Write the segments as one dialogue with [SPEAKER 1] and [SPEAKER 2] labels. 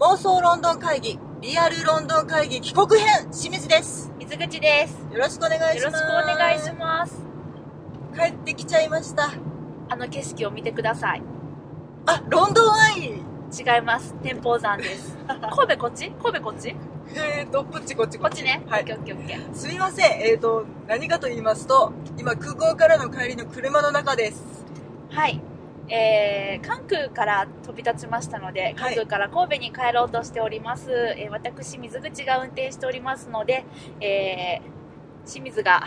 [SPEAKER 1] 妄想ロンドン会議、リアルロンドン会議帰国編、清水です。
[SPEAKER 2] 水口です。
[SPEAKER 1] よろしくお願いし
[SPEAKER 2] よろ
[SPEAKER 1] ま
[SPEAKER 2] し
[SPEAKER 1] す。
[SPEAKER 2] くお願いします。
[SPEAKER 1] す。帰ってきちゃいました。
[SPEAKER 2] あの景色を見てください。
[SPEAKER 1] あ、ロンドンアイ
[SPEAKER 2] 違います。天保山 です。神戸こっち神戸こっち
[SPEAKER 1] えーと、こっちこっち
[SPEAKER 2] こっちね。
[SPEAKER 1] はい
[SPEAKER 2] オッケーオッケーオッケー。
[SPEAKER 1] すみません。えーと、何かと言いますと、今空港からの帰りの車の中です。
[SPEAKER 2] はい。えー、関空から飛び立ちましたので、
[SPEAKER 1] は
[SPEAKER 2] 関
[SPEAKER 1] い
[SPEAKER 2] 空から神戸に帰ろうとしております。えー私、水口が運転しておりますので、えー、清水が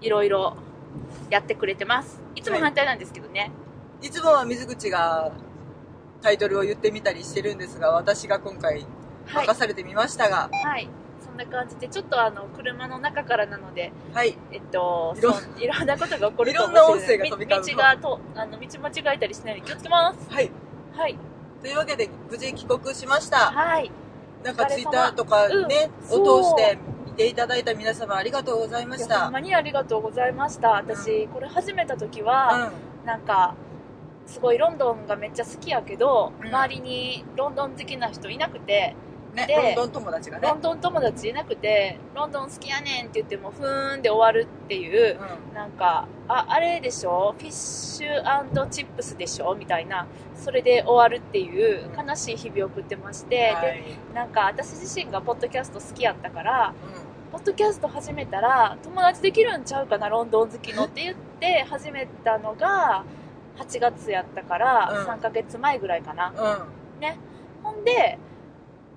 [SPEAKER 2] いろいろやってくれてます。いつも反対なんですけどね。
[SPEAKER 1] いつもは水口がタイトルを言ってみたりしてるんですが、私が今回
[SPEAKER 2] はい。
[SPEAKER 1] 任されてみましたが、
[SPEAKER 2] はい。そんな感じで、ちょっとあの、車の中からなので、
[SPEAKER 1] はい。
[SPEAKER 2] えっと、
[SPEAKER 1] いろん
[SPEAKER 2] そういろんなことが起こると
[SPEAKER 1] いろんな
[SPEAKER 2] 思う
[SPEAKER 1] 音声が飛び交う
[SPEAKER 2] 道がとあの道間違えたりしないように気をつけます。
[SPEAKER 1] はい。
[SPEAKER 2] はい。
[SPEAKER 1] というわけで、無事帰国しました。
[SPEAKER 2] はい。
[SPEAKER 1] なんかツイッターとかね、
[SPEAKER 2] うん
[SPEAKER 1] を通して見ていただいた皆様ありがとうございまし
[SPEAKER 2] いやほ
[SPEAKER 1] た
[SPEAKER 2] ん。まにありがとうございました。私、これ始めた時は、なんか、すごいロンドンがめっちゃ好きやけど、
[SPEAKER 1] うん
[SPEAKER 2] 周りにロンドン好きな人いなくて、
[SPEAKER 1] うん。ね、
[SPEAKER 2] で
[SPEAKER 1] ロンドン友達がね
[SPEAKER 2] ロ。ンドン友達いなくて、ロンドン好きやねんって言っても、ふーんで終わるっていう、
[SPEAKER 1] う
[SPEAKER 2] なんか、あ、あれでしょフィッシュチップスでしょみたいな、それで終わるっていう
[SPEAKER 1] うん
[SPEAKER 2] 悲しい日々を送ってまして、
[SPEAKER 1] は
[SPEAKER 2] で、
[SPEAKER 1] い
[SPEAKER 2] なんか私自身がポッドキャスト好きやったから、
[SPEAKER 1] う
[SPEAKER 2] ポッドキャスト始めたら、友達できるんちゃうかな、ロンドン好きのって言 って始めたのが、8月やったから
[SPEAKER 1] うん、
[SPEAKER 2] 3ヶ月前ぐらいかな。
[SPEAKER 1] ん。うん。
[SPEAKER 2] ほんで、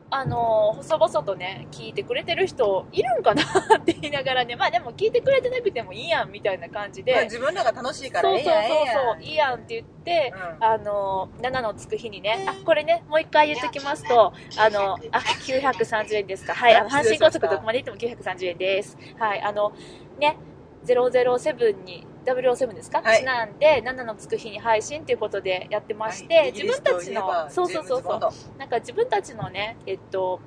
[SPEAKER 2] あのー細々とね、聞いてくれてる人いるんかなって言いながらね、まあでも聞いてくれてなくてもいいやんみたいな感じで、
[SPEAKER 1] まあ自分らが楽しいから
[SPEAKER 2] そう
[SPEAKER 1] え
[SPEAKER 2] そう
[SPEAKER 1] え
[SPEAKER 2] そう
[SPEAKER 1] やんええや
[SPEAKER 2] そう、いいやんって言って、
[SPEAKER 1] んうん
[SPEAKER 2] あの、7のつく日にね、あ、これね、もう一回言っときますと、あの、あ、930円ですか。はい、あの、阪神高速どこまで行っても930円です。はい、あの、ね、007に、007ですか、
[SPEAKER 1] はい
[SPEAKER 2] ちなんで、7のつく日に配信ということでやってまして、
[SPEAKER 1] はいイギ
[SPEAKER 2] 自
[SPEAKER 1] リ
[SPEAKER 2] 分
[SPEAKER 1] スと
[SPEAKER 2] た
[SPEAKER 1] い
[SPEAKER 2] ち
[SPEAKER 1] えば
[SPEAKER 2] の、そうそうそ
[SPEAKER 1] ジェーム
[SPEAKER 2] う
[SPEAKER 1] ズボ
[SPEAKER 2] そ
[SPEAKER 1] ンド
[SPEAKER 2] う、なんか自分たちのね、えっと、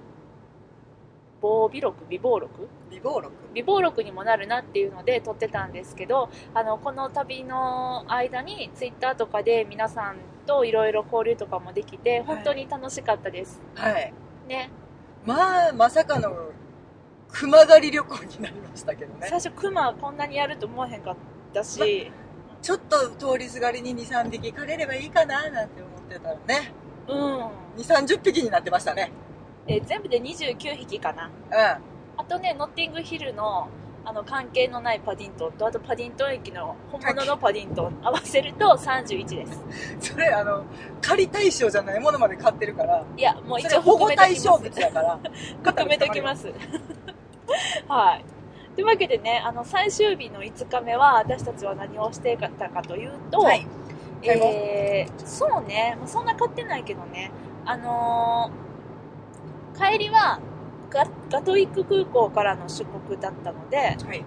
[SPEAKER 2] 防備録、備忘録
[SPEAKER 1] 美貌録。
[SPEAKER 2] 備忘録にもなるなっていうので撮ってたんですけどあのこの旅の間にツイッターとかで皆さんといろいろ交流とかもできて本当に楽しかったです、
[SPEAKER 1] はい。
[SPEAKER 2] ね
[SPEAKER 1] まあ、まさかの、熊狩り旅行になりましたけどね
[SPEAKER 2] 最。初クマこんなにやると思わへんかったし、
[SPEAKER 1] ちょっと通りすがりに2、3匹狩れればいいかななんて思ってたらね、
[SPEAKER 2] うん
[SPEAKER 1] 2、30匹になってましたね。
[SPEAKER 2] え全部で29匹かな
[SPEAKER 1] う
[SPEAKER 2] あとねノッティングヒルのあの関係のないパディントンとあとパディントン駅の本物のパディントン合わせると31です
[SPEAKER 1] ん。それ、あの、狩り対象じゃないものまで買ってるから、
[SPEAKER 2] いやもう
[SPEAKER 1] そ
[SPEAKER 2] 一
[SPEAKER 1] れ
[SPEAKER 2] 応
[SPEAKER 1] 保護
[SPEAKER 2] 含めとき
[SPEAKER 1] 対
[SPEAKER 2] ます
[SPEAKER 1] 象物だ から、
[SPEAKER 2] 含めときます。 はい。というわけでね、あの、最終日の5日目は、私たちは何をしていたかというと、
[SPEAKER 1] はい。買い物
[SPEAKER 2] えーそうね、もうそんな買ってないけどね、あのー帰りはガ、ガトイック空港からの出国だったので、
[SPEAKER 1] はい。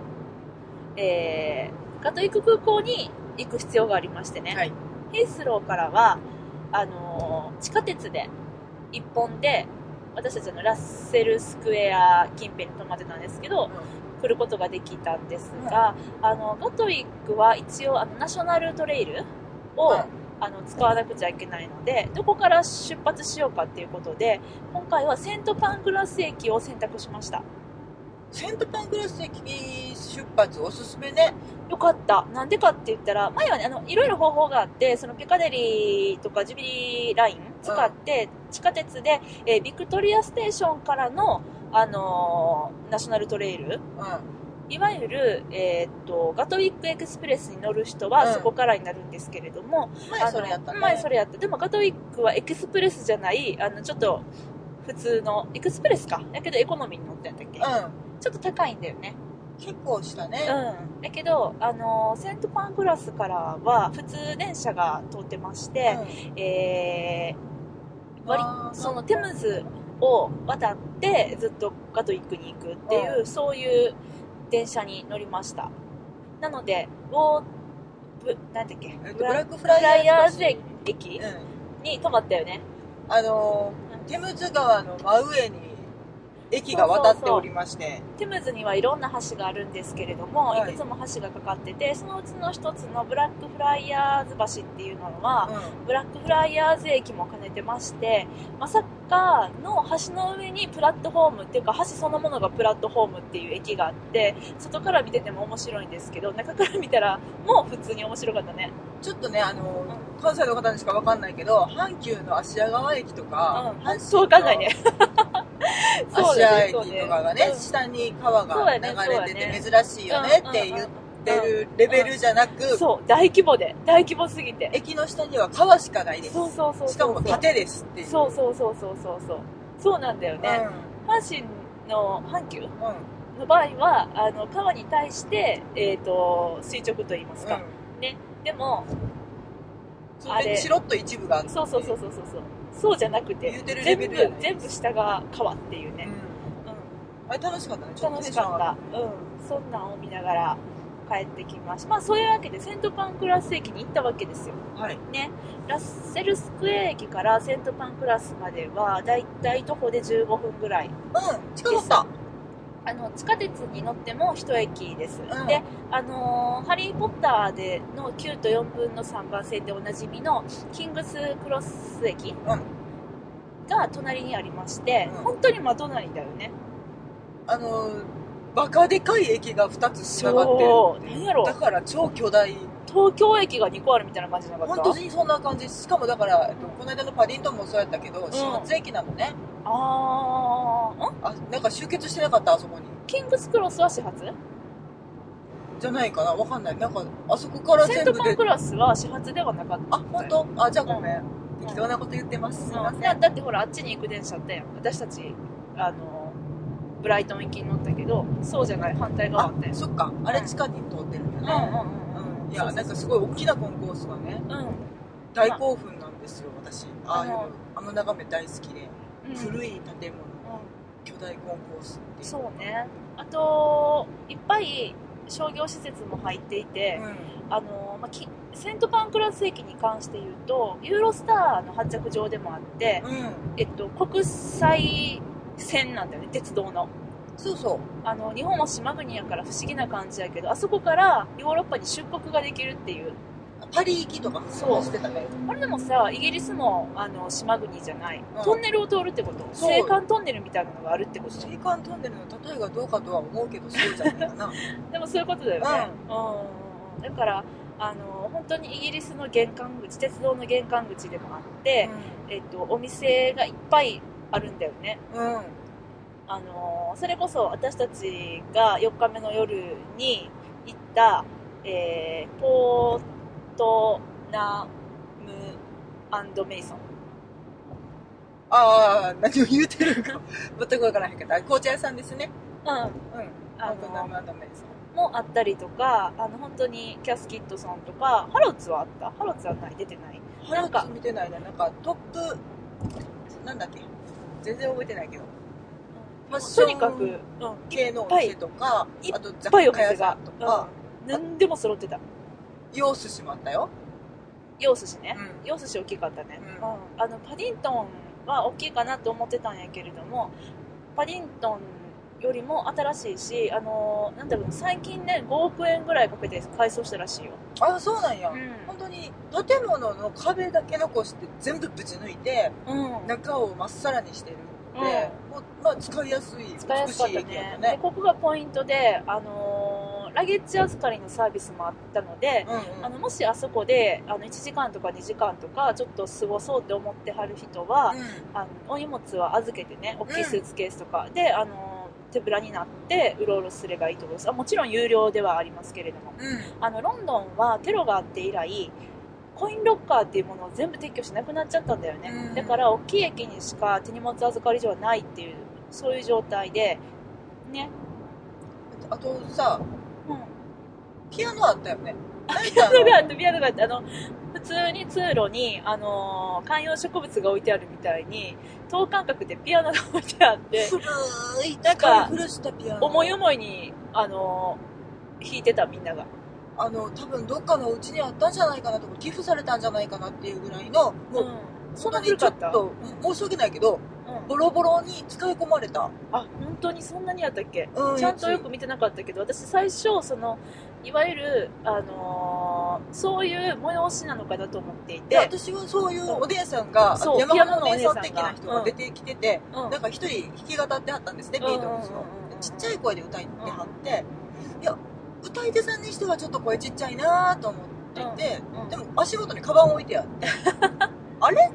[SPEAKER 2] えーガトイック空港に行く必要がありましてね、
[SPEAKER 1] はい。
[SPEAKER 2] ヘイスローからは、あのー地下鉄で、一本で、私たちのラッセルスクエア近辺に泊まってたんですけど、来ることができたんですが、あの、ガトイックは一応、あの、ナショナルトレイルを、
[SPEAKER 1] はい
[SPEAKER 2] あの、使わなくちゃいけないので、どこから出発しようかっていうことで、今回はセントパングラス駅を選択しました。
[SPEAKER 1] セントパングラス駅出発おすすめね。
[SPEAKER 2] よかった。なんでかって言ったら、前はね、あの、いろいろ方法があって、そのピカデリーとかジュビリーライン使って、地下鉄で、えービクトリアステーションからの、あのーナショナルトレイル、
[SPEAKER 1] うん。
[SPEAKER 2] いわゆる、えーっと、ガトウィックエクスプレスに乗る人は
[SPEAKER 1] うん
[SPEAKER 2] そこからになるんですけれども、あ
[SPEAKER 1] 前
[SPEAKER 2] の
[SPEAKER 1] それやったね。
[SPEAKER 2] 前それやった。でもガトウィックはエクスプレスじゃない、あの、ちょっと、普通の、エクスプレスか。だけどエコノミーに乗ってんだっけ、
[SPEAKER 1] う
[SPEAKER 2] ちょっと高いんだよね。
[SPEAKER 1] ん。結構したね。
[SPEAKER 2] うん、だけど、あのセントパングラスからは普通電車が通ってまし
[SPEAKER 1] うん
[SPEAKER 2] て、えー割
[SPEAKER 1] あー
[SPEAKER 2] そのテムズを渡ってずっとガトイックに行くっていう、そういう電車に乗りましたなのでウォーブなんだっけ
[SPEAKER 1] えっと
[SPEAKER 2] ブ
[SPEAKER 1] ブ
[SPEAKER 2] ラ
[SPEAKER 1] ラッ
[SPEAKER 2] ッ
[SPEAKER 1] クフ
[SPEAKER 2] クフラ
[SPEAKER 1] ライ
[SPEAKER 2] イ
[SPEAKER 1] ヤ
[SPEAKER 2] ヤ
[SPEAKER 1] ー
[SPEAKER 2] ー
[SPEAKER 1] ズ
[SPEAKER 2] ズ
[SPEAKER 1] 駅
[SPEAKER 2] 駅
[SPEAKER 1] うん。
[SPEAKER 2] に泊まったよね
[SPEAKER 1] あのー、テムズ川の真上に駅が渡っておりまして
[SPEAKER 2] テムズにはいろんな橋があるんですけれども、
[SPEAKER 1] はい
[SPEAKER 2] い、くつも橋がかかっててそのうちの一つのブラックフライヤーズ橋っていうのは、ブラックフライヤーズ駅も兼ねてましてまさかの橋の上にプラットホームっていうか橋そのものがプラットホームっていう駅があって外から見てても面白いんですけど中から見たらもう普通に面白かったね
[SPEAKER 1] うんちょっとねあの関西の方にしかわかんないけど阪急の芦屋川駅とか、
[SPEAKER 2] う
[SPEAKER 1] 阪
[SPEAKER 2] ん
[SPEAKER 1] 神
[SPEAKER 2] そうわかんないね そう
[SPEAKER 1] 芦屋
[SPEAKER 2] だねそう
[SPEAKER 1] 駅
[SPEAKER 2] ね
[SPEAKER 1] とかがね、
[SPEAKER 2] うん
[SPEAKER 1] 下に川が流れて
[SPEAKER 2] そうやね
[SPEAKER 1] て珍しいよねって言ってるレベルじゃなく、
[SPEAKER 2] そう大規模で大規模すぎて
[SPEAKER 1] 駅の下には川しかないです
[SPEAKER 2] そうそうそうそう
[SPEAKER 1] しかも縦ですっていう
[SPEAKER 2] そうそうそうそうそうそうそうなんだよね、阪神の阪急
[SPEAKER 1] うんうん
[SPEAKER 2] の場合はあの川に対して、えー、と垂直と言いますか、でも
[SPEAKER 1] そ
[SPEAKER 2] あ
[SPEAKER 1] れ
[SPEAKER 2] れ
[SPEAKER 1] でチロッと一部があって
[SPEAKER 2] そうそうそうそうそうそうそうじゃなくて
[SPEAKER 1] 言うてるレ
[SPEAKER 2] 全
[SPEAKER 1] ベ
[SPEAKER 2] 部
[SPEAKER 1] ルやね
[SPEAKER 2] 全部下が川っていう
[SPEAKER 1] う
[SPEAKER 2] ね、
[SPEAKER 1] ん
[SPEAKER 2] うん
[SPEAKER 1] あれ楽しかったねちょっと
[SPEAKER 2] 楽しかった、うん、そんなんを見ながら帰ってきましたまあそういうわけでセントパンクラス駅に行ったわけですよ
[SPEAKER 1] たはい
[SPEAKER 2] ね、ラッセルスクエア駅からセントパンクラスまではだいたい徒歩で15分ぐらい
[SPEAKER 1] うん近かった
[SPEAKER 2] あの地下鉄に乗っても1駅です、
[SPEAKER 1] ん
[SPEAKER 2] であのーハリー・ポッター」での9と4分の3番線でおなじみのキングス・クロス駅が隣にありまして、
[SPEAKER 1] うん
[SPEAKER 2] 本当に真隣だよね
[SPEAKER 1] あのバカでかい駅が2つつながってる
[SPEAKER 2] そうなんやろ
[SPEAKER 1] だから超巨大
[SPEAKER 2] 東京駅が2個あるみたいな感じじゃなか
[SPEAKER 1] 本
[SPEAKER 2] った
[SPEAKER 1] 当にそんな感じしかもだから、えっとこの間のパディントンもそうやったけど始発駅なのね、
[SPEAKER 2] あーん
[SPEAKER 1] あなんか集結してなかったあそこに
[SPEAKER 2] キングス・クロスは始発
[SPEAKER 1] じゃないかなわかんないなんかあそこから
[SPEAKER 2] セ
[SPEAKER 1] 全
[SPEAKER 2] ント
[SPEAKER 1] 部
[SPEAKER 2] パン
[SPEAKER 1] で
[SPEAKER 2] クラスは始発ではなかった
[SPEAKER 1] あ本当あじゃあごめん、適当なこと言ってますすいません、
[SPEAKER 2] だだってほらあっちに行く電車って私たちあのブライトン行きに乗ったけどそうじゃない反対側
[SPEAKER 1] あ
[SPEAKER 2] ってうん
[SPEAKER 1] そっかあれ地下に通ってるんだね、
[SPEAKER 2] うんうん
[SPEAKER 1] いやなんかすごい大きなコンコースはね
[SPEAKER 2] うん
[SPEAKER 1] 大興奮なんですよ私ああいうの
[SPEAKER 2] あの
[SPEAKER 1] あの眺め大好きで、
[SPEAKER 2] うん
[SPEAKER 1] 古い建物巨大コンコースっていう
[SPEAKER 2] そうねあといっぱい商業施設も入っていて、
[SPEAKER 1] う
[SPEAKER 2] あのまあ、きセントパンクラス駅に関して言うとユーロスターの発着場でもあって、
[SPEAKER 1] ん、うん、
[SPEAKER 2] えっと、国際線なんだよね鉄道の
[SPEAKER 1] そうそう
[SPEAKER 2] あの日本は島国やから不思議な感じやけどあそこからヨーロッパに出国ができるっていう
[SPEAKER 1] パリ行きとか
[SPEAKER 2] そう
[SPEAKER 1] してたね
[SPEAKER 2] あれでもさイギリスもあの島国じゃない、
[SPEAKER 1] うん
[SPEAKER 2] トンネルを通るってこと
[SPEAKER 1] そう
[SPEAKER 2] 青函トンネルみたいなのがあるってこと
[SPEAKER 1] 青函トンネルの例えがどうかとは思うけどそうじゃないかな
[SPEAKER 2] でもそういうことだよね、うんだからあの本当にイギリスの玄関口鉄道の玄関口でもあって、 えっと、お店がいっぱいあるんだよね
[SPEAKER 1] うん、うん、
[SPEAKER 2] あのそれこそ私たちが4日目の夜に行った、えーポートナムメイソン
[SPEAKER 1] ああ何を言うてるか 全くわからへんけどあ紅茶屋さんですね
[SPEAKER 2] うん
[SPEAKER 1] うん
[SPEAKER 2] あ
[SPEAKER 1] あ
[SPEAKER 2] の
[SPEAKER 1] と何もあったんです
[SPEAKER 2] もあったりとかあの本当にキャスキットソンとかハロッツはあったハロッツはない出てないな
[SPEAKER 1] なんん
[SPEAKER 2] か
[SPEAKER 1] か見てないななんかトップなんだっけ全然覚えてないけどファッショ
[SPEAKER 2] と
[SPEAKER 1] ン
[SPEAKER 2] にかく、うん、いっ
[SPEAKER 1] 系のお店とか
[SPEAKER 2] いっぱい
[SPEAKER 1] あと雑
[SPEAKER 2] ぱいお
[SPEAKER 1] 貨屋
[SPEAKER 2] 店
[SPEAKER 1] さ
[SPEAKER 2] が
[SPEAKER 1] んと、か
[SPEAKER 2] うん、何でも揃ってた
[SPEAKER 1] 洋寿司もあったよ
[SPEAKER 2] 洋寿司ね
[SPEAKER 1] う
[SPEAKER 2] 洋寿司大きかったね、
[SPEAKER 1] うん
[SPEAKER 2] あのパディントンは大きいかなと思ってたんやけれどもパディントンよりも新しいし、あのーなんだろう最近ね5億円ぐらいかけて改装したらしいよ、
[SPEAKER 1] ああそうなんや、
[SPEAKER 2] う
[SPEAKER 1] 本当に建物の壁だけ残して全部ぶち抜いて
[SPEAKER 2] んうん、
[SPEAKER 1] 中をまっさらにしてるんで、もうまあ、使いやすい
[SPEAKER 2] 使いやすかったね
[SPEAKER 1] 美しい駅やった
[SPEAKER 2] で
[SPEAKER 1] ね
[SPEAKER 2] ここがポイントで、あのーラゲッチ預かりのサービスもあったので、
[SPEAKER 1] うんうん
[SPEAKER 2] あのもしあそこであの1時間とか2時間とかちょっと過ごそうって思ってはる人は、あのお荷物は預けてね大きいスーツケースとかで、あの手ぶらになってうろうろすればいいと思いますあもちろん有料ではありますけれども
[SPEAKER 1] うんうん
[SPEAKER 2] あのロンドンはテロがあって以来コインロッカーっていうものを全部撤去しなくなっちゃったんだよね、
[SPEAKER 1] うん
[SPEAKER 2] だから大きい駅にしか手荷物預かり所はないっていうそういう状態でね
[SPEAKER 1] あとさ
[SPEAKER 2] うん
[SPEAKER 1] ピアノあったよね
[SPEAKER 2] それがビアとかってあの普通に通路に、あのー観葉植物が置いてあるみたいに等間隔でピアノが置いてあって
[SPEAKER 1] 古い
[SPEAKER 2] なんか
[SPEAKER 1] 古したピアノ
[SPEAKER 2] 思い思いに、あのー弾いてたみんなが
[SPEAKER 1] あの多分どっかのうちにあったんじゃないかなとか寄付されたんじゃないかなっていうぐらいのもう、
[SPEAKER 2] ん、そ
[SPEAKER 1] 本当
[SPEAKER 2] んな
[SPEAKER 1] に
[SPEAKER 2] 古
[SPEAKER 1] ち
[SPEAKER 2] か
[SPEAKER 1] ょ
[SPEAKER 2] っ
[SPEAKER 1] ったと申し訳ないけど
[SPEAKER 2] うん
[SPEAKER 1] ボロボロに使い込まれた、
[SPEAKER 2] あ本当にそんなにやったっけ
[SPEAKER 1] う
[SPEAKER 2] ちゃんとよく見てなかったけど私最初そのいわゆる、あのーそういう催しなのかなと思ってい
[SPEAKER 1] で
[SPEAKER 2] て、
[SPEAKER 1] 私はそういうお姉さんが
[SPEAKER 2] そう
[SPEAKER 1] 山
[SPEAKER 2] ピア
[SPEAKER 1] 本
[SPEAKER 2] ノ
[SPEAKER 1] のお
[SPEAKER 2] のお姉
[SPEAKER 1] 姉
[SPEAKER 2] さ
[SPEAKER 1] さ
[SPEAKER 2] ん
[SPEAKER 1] ん的
[SPEAKER 2] が
[SPEAKER 1] な人が出てきてて、
[SPEAKER 2] うん
[SPEAKER 1] なんか一人弾き語ってはったんですね、ビートルズの
[SPEAKER 2] うんうんうんうん
[SPEAKER 1] ちっちゃい声で歌いってはって、いや歌い手さんにしてはちょっと声ちっちゃいなと思っていて、
[SPEAKER 2] うんうん
[SPEAKER 1] でも足元にカバン置いてあってあれ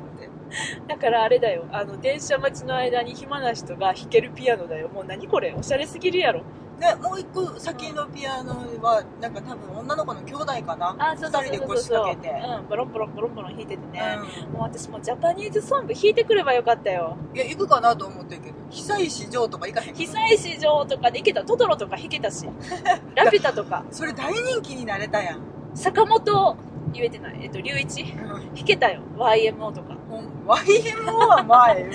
[SPEAKER 2] だからあれだよあの電車待ちの間に暇な人が弾けるピアノだよもう何これおしゃれすぎるやろ
[SPEAKER 1] ねもう一個先のピアノはなんか多分女の子の兄弟かな、
[SPEAKER 2] あそうそうそうそうそう
[SPEAKER 1] 二人で腰掛けて
[SPEAKER 2] うん、ボロンボロンボロンボロン弾いててね、
[SPEAKER 1] う
[SPEAKER 2] もう私もうジャパニーズソング弾いてくればよかったよ
[SPEAKER 1] んいや行くかなと思ってるけど久石譲とか行かへん
[SPEAKER 2] 被災市場とかで行けたトトロとか弾けたしラピュタとか
[SPEAKER 1] それ大人気になれたやん、
[SPEAKER 2] 坂本言えてないえっと龍一弾けたよ YMO とか
[SPEAKER 1] ほん YMO は前よ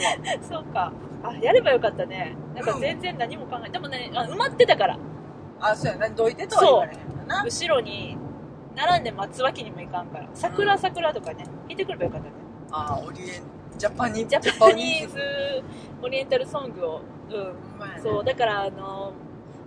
[SPEAKER 2] そうかあやればよかったねなんか全然何も考えでもねあ埋まってたから
[SPEAKER 1] あそうやなどいてとは言われへんよな
[SPEAKER 2] 後ろに並んで待つわけにもいかんから桜桜とかね弾いてくればよかったね
[SPEAKER 1] あーオリエンジャパニー
[SPEAKER 2] ジャパニーズオリエンタルソングをうんそううだからあの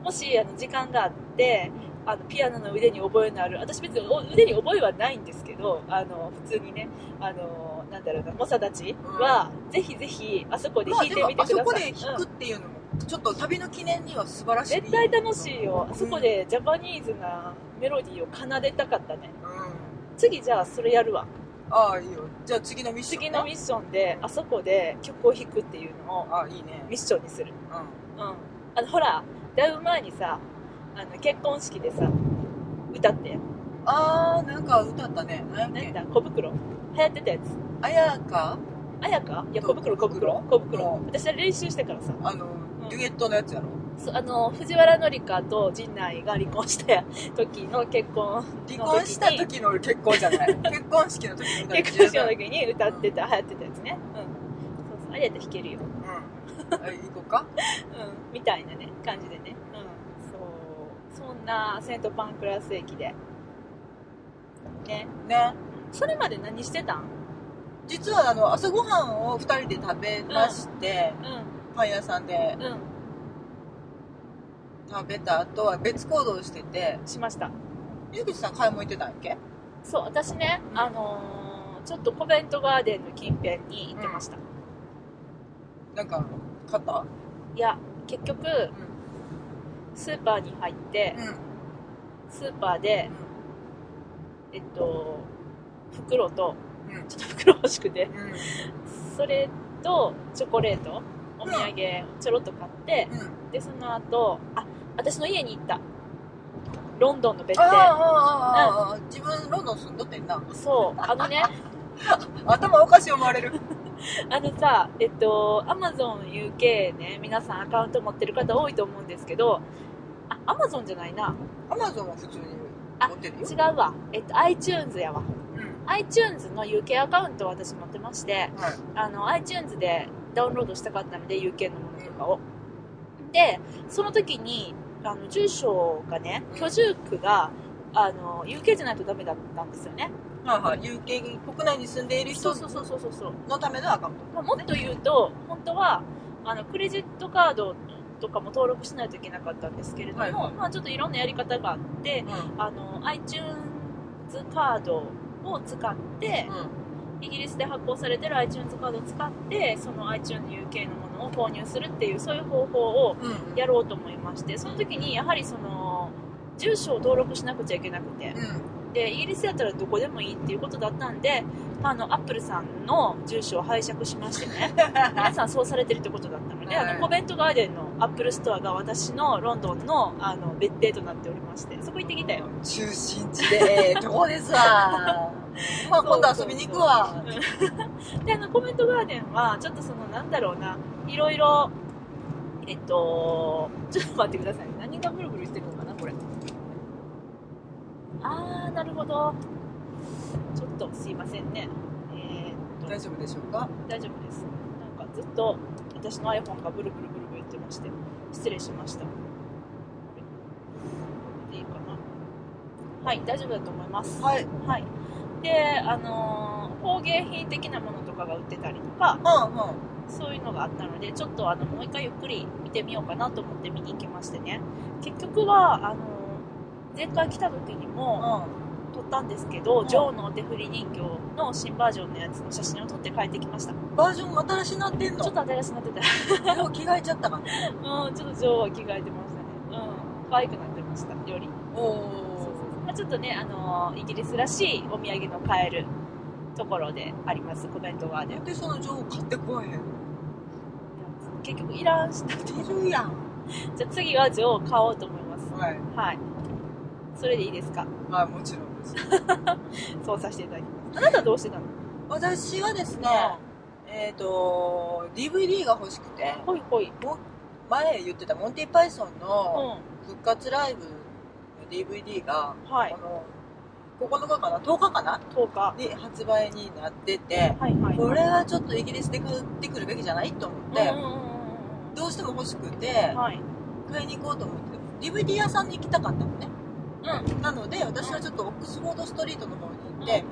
[SPEAKER 2] もしあの時間があってあのピアノの腕に覚えのある私別にお腕に覚えはないんですけどあの普通にねあのなんだろうな猛者たちは、ぜひぜひあそこで
[SPEAKER 1] まあ
[SPEAKER 2] 弾い
[SPEAKER 1] で
[SPEAKER 2] て
[SPEAKER 1] も
[SPEAKER 2] みてくだ
[SPEAKER 1] あ
[SPEAKER 2] さい、
[SPEAKER 1] そこで弾
[SPEAKER 2] う
[SPEAKER 1] く
[SPEAKER 2] ん
[SPEAKER 1] っていうのもちょっと旅の記念には素晴らしい
[SPEAKER 2] 絶対楽しいよあそこでジャパニーズなメロディーを奏でたかったね
[SPEAKER 1] うん
[SPEAKER 2] 次じゃあそれやるわ
[SPEAKER 1] ああいいよじゃあ次のミッション
[SPEAKER 2] 次のミッションであそこで曲を弾くっていうのを
[SPEAKER 1] ああいいね
[SPEAKER 2] ミッションにする
[SPEAKER 1] うん
[SPEAKER 2] うんあのほらだいぶ前にさあの結婚式でさ歌って
[SPEAKER 1] ああなんか歌ったね何や
[SPEAKER 2] 何
[SPEAKER 1] っけ
[SPEAKER 2] だ小袋流行ってたやつ
[SPEAKER 1] あやか
[SPEAKER 2] あやかいや
[SPEAKER 1] ど
[SPEAKER 2] 小袋小袋小
[SPEAKER 1] 小
[SPEAKER 2] 袋
[SPEAKER 1] 袋
[SPEAKER 2] 私は練習してからさ
[SPEAKER 1] あの
[SPEAKER 2] ん
[SPEAKER 1] デュエットのやつやろ
[SPEAKER 2] そあの藤原紀香と陣内が離婚した時の結婚
[SPEAKER 1] 離婚した時の結婚じゃない 結婚式の時の歌
[SPEAKER 2] 結婚式の時に歌ってた流行ってたやつねうんそうそうあれやったら弾けるよ
[SPEAKER 1] うんあ行こうか
[SPEAKER 2] うんみたいなね感じでねうんそうそんなセントパンクラス駅でね
[SPEAKER 1] ね
[SPEAKER 2] それまで何してたん
[SPEAKER 1] 実はあの朝ごはんを2人で食べまして、
[SPEAKER 2] う
[SPEAKER 1] パン屋さんで
[SPEAKER 2] んう
[SPEAKER 1] 食べた後は別行動してて
[SPEAKER 2] んしました
[SPEAKER 1] ゆ口さん買い物行ってたんやっけ
[SPEAKER 2] そう私ね、
[SPEAKER 1] うん
[SPEAKER 2] あのーちょっとコベントガーデンの近辺に行ってました、
[SPEAKER 1] なんか買った
[SPEAKER 2] いや結局スーパーに入って、
[SPEAKER 1] うん
[SPEAKER 2] スーパーでえっと袋と
[SPEAKER 1] うんうん
[SPEAKER 2] ちょっと袋欲しくて
[SPEAKER 1] うん
[SPEAKER 2] それとチョコレートお土産ちょろっと買って、
[SPEAKER 1] うん
[SPEAKER 2] でその後あ私の家に行ったロンドンの別
[SPEAKER 1] ああ
[SPEAKER 2] 邸
[SPEAKER 1] ああああ自分ロンドン住んどってんな
[SPEAKER 2] そうあのね
[SPEAKER 1] 頭おかしい思われる
[SPEAKER 2] あのさえっと AmazonUK ね皆さんアカウント持ってる方多いと思うんですけどあ Amazon じゃないな
[SPEAKER 1] アマゾンは普通に持ってるよ
[SPEAKER 2] 違うわ、えっと、iTunes やわ iTunes の UK アカウントを私持ってまして
[SPEAKER 1] うんはい
[SPEAKER 2] あの iTunes でダウンロードしたかったので UK のものとかをでその時にあの住所がね居住区があの UK じゃないとダメだったんですよね
[SPEAKER 1] はいはい UK 国内に住んでいる
[SPEAKER 2] そ
[SPEAKER 1] 人
[SPEAKER 2] うそうそうそうそうそう、
[SPEAKER 1] のためのアカウント
[SPEAKER 2] まあ、もっと言うと本当はあのクレジットカードとかも登録しないといけなかったんですけれども、
[SPEAKER 1] はいはい
[SPEAKER 2] まあ、ちょっといろんなやり方があって
[SPEAKER 1] うん
[SPEAKER 2] あの iTunes カードを使って、
[SPEAKER 1] うん
[SPEAKER 2] イギリスで発行されてる iTunes カードを使ってその iTunesUK のものを購入するっていうそういう方法を
[SPEAKER 1] うん
[SPEAKER 2] やろうと思いましてその時にやはりその住所を登録しなくちゃいけなくて
[SPEAKER 1] うん
[SPEAKER 2] でイギリスやったらどこでもいいっていうことだったんで、まあ、あのアップルさんの住所を拝借しまして ね皆さんそうされてるってことだったので、あ
[SPEAKER 1] は
[SPEAKER 2] の
[SPEAKER 1] い
[SPEAKER 2] コベントガーデンのアップルストアが私のロンドンのあの別邸となっておりましてそこ行ってきたよ
[SPEAKER 1] 中心地でええとこです わまあ今度遊びに行くわ
[SPEAKER 2] うんであのコメントガーデンはちょっとそのなんだろうないろいろえっとちょっと待ってくださいね何がブルブルしてるのかなこれあーなるほどちょっとすいませんねえー
[SPEAKER 1] 大
[SPEAKER 2] っと
[SPEAKER 1] 丈夫でしょうか
[SPEAKER 2] 大丈夫ですなんかずっと私の iPhone がブルブルブルブル言ってまして失礼しましたこれでいいかなはい大丈夫だと思います
[SPEAKER 1] はい
[SPEAKER 2] はい、で、あのー工芸品的なものとかが売ってたりとか
[SPEAKER 1] うんうん
[SPEAKER 2] そういうのがあったのでちょっとあのもう一回ゆっくり見てみようかなと思って見に行きましてね結局はあの前回来た時にも
[SPEAKER 1] う
[SPEAKER 2] 撮ったんですけど、
[SPEAKER 1] うん
[SPEAKER 2] ジョーのお手振り人形の新バージョンのやつの写真を撮って帰ってきました、
[SPEAKER 1] んバージョン新しなってんの
[SPEAKER 2] ちょっと新しくなってた
[SPEAKER 1] もう着替えちゃったかな
[SPEAKER 2] うん、ちょっと女王は着替えてましたね。うん、可愛くなってました、より。
[SPEAKER 1] お
[SPEAKER 2] そうそう
[SPEAKER 1] お
[SPEAKER 2] そうまあ、ちょっとね、あのーイギリスらしいお土産の買えるところであります、コメントバーで。い
[SPEAKER 1] な
[SPEAKER 2] や
[SPEAKER 1] んでその情報買ってこいへん
[SPEAKER 2] 結局いらんした。
[SPEAKER 1] 出るやん
[SPEAKER 2] じゃあ次は女王を買おうと思います。
[SPEAKER 1] はい
[SPEAKER 2] はい。それでいいですか
[SPEAKER 1] はいもちろんです
[SPEAKER 2] そうさせていただきます。あなたはどうしてたの
[SPEAKER 1] 私はですね、えっ、と DVD が欲しくて
[SPEAKER 2] ほいほい。
[SPEAKER 1] 前言ってたモンティ・パイソン
[SPEAKER 2] う
[SPEAKER 1] の
[SPEAKER 2] ん。
[SPEAKER 1] 復活ライブの DVD が、
[SPEAKER 2] はい
[SPEAKER 1] こ。の9日かな10日かな
[SPEAKER 2] 10日。
[SPEAKER 1] で発売になってて
[SPEAKER 2] はいはい。
[SPEAKER 1] これはちょっとイギリスで買ってくるべきじゃないと思って、
[SPEAKER 2] うんうんうんうん
[SPEAKER 1] どうしても欲しくて
[SPEAKER 2] うん。はい。
[SPEAKER 1] 買いに行こうと思って DVD 屋さんに行きたかったのね
[SPEAKER 2] う
[SPEAKER 1] なので私はちょっとオックスフォードストリートの方に行って、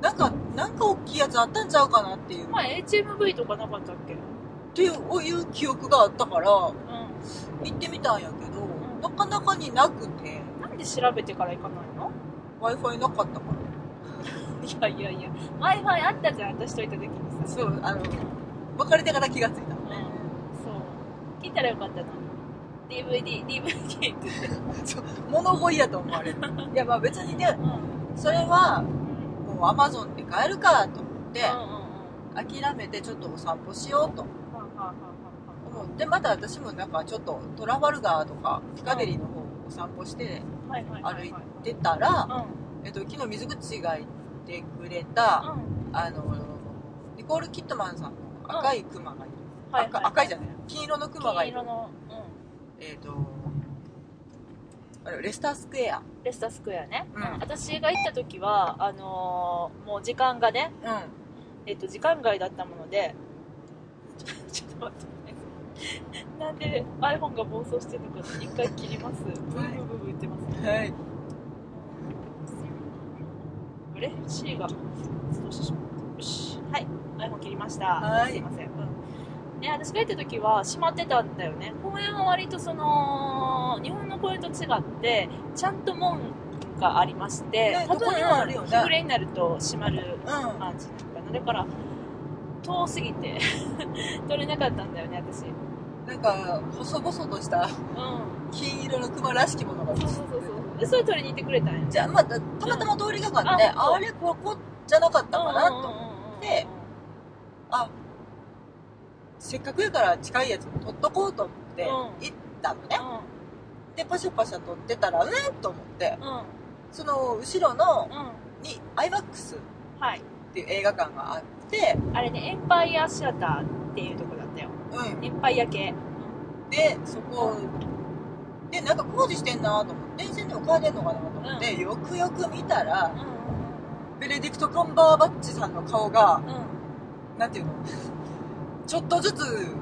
[SPEAKER 1] なんかなんか大きいやつあったんちゃうかなっていう、
[SPEAKER 2] ん。まあ、HMV とかなかったっけうん。
[SPEAKER 1] っていう記憶があったから行ってみたんやけど、
[SPEAKER 2] ん
[SPEAKER 1] なかなかになくて
[SPEAKER 2] なんで調べてから行かないの
[SPEAKER 1] w i f i なかったから
[SPEAKER 2] いやいやいや、Wi-Fi あったじゃん、私といた時にさ。
[SPEAKER 1] そうあの別れてから気がついたの
[SPEAKER 2] うん
[SPEAKER 1] ね、
[SPEAKER 2] そう。聞いたらよかったな。DVD、DVD って。
[SPEAKER 1] 物乞いやと思わ れるいやまあ別にね
[SPEAKER 2] うん。うん。
[SPEAKER 1] それはもう Amazon で買えるかと思って
[SPEAKER 2] うん。うん。は
[SPEAKER 1] 諦めてちょっとお散歩しようと
[SPEAKER 2] ははは
[SPEAKER 1] 思ってまた私もなんかちょっとトラファルガーとかピカデリーの方をお散歩して
[SPEAKER 2] は。はいはいはい。
[SPEAKER 1] 歩いてたら、
[SPEAKER 2] うん。
[SPEAKER 1] えっと、昨日水口が言ってくれた
[SPEAKER 2] うん。
[SPEAKER 1] あのニコール・キットマンさんの赤いクマがいる、
[SPEAKER 2] はい
[SPEAKER 1] 赤赤いじゃ
[SPEAKER 2] ん。
[SPEAKER 1] ない金色のクマが
[SPEAKER 2] 金
[SPEAKER 1] いる
[SPEAKER 2] 色の、
[SPEAKER 1] えっ、とあれレスタースクエア
[SPEAKER 2] うん。レスタースクエアね。
[SPEAKER 1] うん
[SPEAKER 2] 私が行った時は、あのー、もう時間がね、
[SPEAKER 1] うん
[SPEAKER 2] えっと、時間外だったもので、 ちょっと待ってね。なんで iPhone が暴走してるのか一回切ります。ブーブーブーブー言ってます。
[SPEAKER 1] はい
[SPEAKER 2] あれ ?C が少ししよしはい、iPhone 切りました。
[SPEAKER 1] はい
[SPEAKER 2] すいません。うん、ね、私が行った時は閉まってたんだよね。公園は割とその、日本の公園と違って、ちゃんと門がありまして、
[SPEAKER 1] ね
[SPEAKER 2] 多
[SPEAKER 1] どこにもあるよ
[SPEAKER 2] 分、
[SPEAKER 1] ね
[SPEAKER 2] 日暮れになると閉まる
[SPEAKER 1] うん
[SPEAKER 2] 感じだったの。だから、遠すぎて 取れなかったんだよね、私。うん。
[SPEAKER 1] なんか細々とした金色のクマらしきものが映って
[SPEAKER 2] そうそうそうそう。で、それ取りに行ってくれたんや。
[SPEAKER 1] じゃあまたたまたま通りがかって、
[SPEAKER 2] うんあ
[SPEAKER 1] ああれここじゃなかったかなと、てせっかくやから近いやつ取っとこうと思って
[SPEAKER 2] うん
[SPEAKER 1] 行ったのね
[SPEAKER 2] う、んうんうんうん。
[SPEAKER 1] でパシャパシャ取ってたらうんと思って
[SPEAKER 2] うん。うん
[SPEAKER 1] その後ろの
[SPEAKER 2] う
[SPEAKER 1] に IMAX っ
[SPEAKER 2] ん、はい。
[SPEAKER 1] ていう映画館があって、
[SPEAKER 2] あれね、エンパイアシアターっていうとこだったよ。
[SPEAKER 1] う
[SPEAKER 2] エンパイア系。
[SPEAKER 1] ん、でそこでなんか工事してんなと思って電線でも帰れんのかなと思って、よくよく見たら
[SPEAKER 2] うん。
[SPEAKER 1] ベネディクト・カンバーバッチさんの顔が
[SPEAKER 2] うん。
[SPEAKER 1] なんていうのちょっとずつ
[SPEAKER 2] う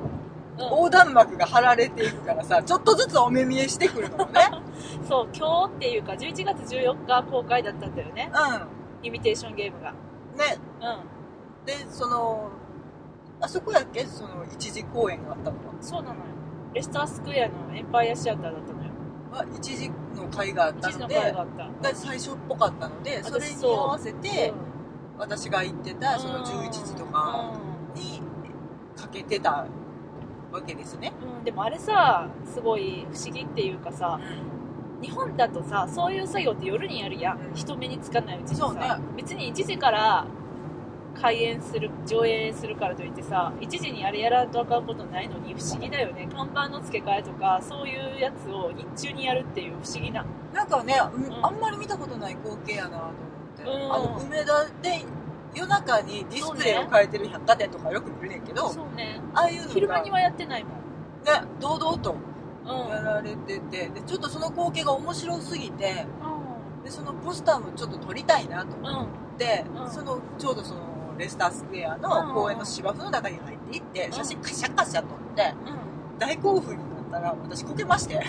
[SPEAKER 1] 横断幕が張られていくからさちょっとずつお目見えしてくる のね
[SPEAKER 2] ん、そう、今日っていうか、11月14日公開だったんだよね。
[SPEAKER 1] う
[SPEAKER 2] イミテーションゲームが。
[SPEAKER 1] んね
[SPEAKER 2] う
[SPEAKER 1] でそのあそこやっけその一時公演があったの
[SPEAKER 2] ん。そうなのよ。レスタースクエアのエンパイアシアターだったのよ。
[SPEAKER 1] は一時の会があった
[SPEAKER 2] 一時
[SPEAKER 1] の
[SPEAKER 2] の
[SPEAKER 1] で
[SPEAKER 2] 前があった。
[SPEAKER 1] が最初っぽかったので
[SPEAKER 2] 私
[SPEAKER 1] それに合わせて
[SPEAKER 2] うん
[SPEAKER 1] 私が行ってたその11時とかにかけてたわけですね、
[SPEAKER 2] うん、うん。でもあれさ、すごい不思議っていうかさ、日本だとさそういう作業って夜にやるやん、
[SPEAKER 1] うん
[SPEAKER 2] 人目につかないうちに
[SPEAKER 1] そうね
[SPEAKER 2] さ、別に1時から開演する上演するからといってさ1時にあれやらんとあかんことないのに不思議だよね看板の付け替えとかそういうやつを日中にやるっていう不思議な
[SPEAKER 1] なんかね、うん
[SPEAKER 2] うん
[SPEAKER 1] あんまり見たことない光景やなと思って、
[SPEAKER 2] うん
[SPEAKER 1] あの梅田で夜中にディスプレイを変えてる百貨店とかよく見るねんけど、
[SPEAKER 2] そうね
[SPEAKER 1] ああいうの
[SPEAKER 2] 昼
[SPEAKER 1] が
[SPEAKER 2] 間
[SPEAKER 1] ね
[SPEAKER 2] にはやってないもん
[SPEAKER 1] 堂々と
[SPEAKER 2] うん、うん
[SPEAKER 1] やられててでちょっとその光景が面白すぎてでそのポスターもちょっと撮りたいなと思
[SPEAKER 2] うん
[SPEAKER 1] って、
[SPEAKER 2] うん
[SPEAKER 1] そのちょうどそのレスタースクエアの公園の芝生の中に入っていって、
[SPEAKER 2] ん
[SPEAKER 1] 写真カシャカシャ撮って大興奮になったら私こけまして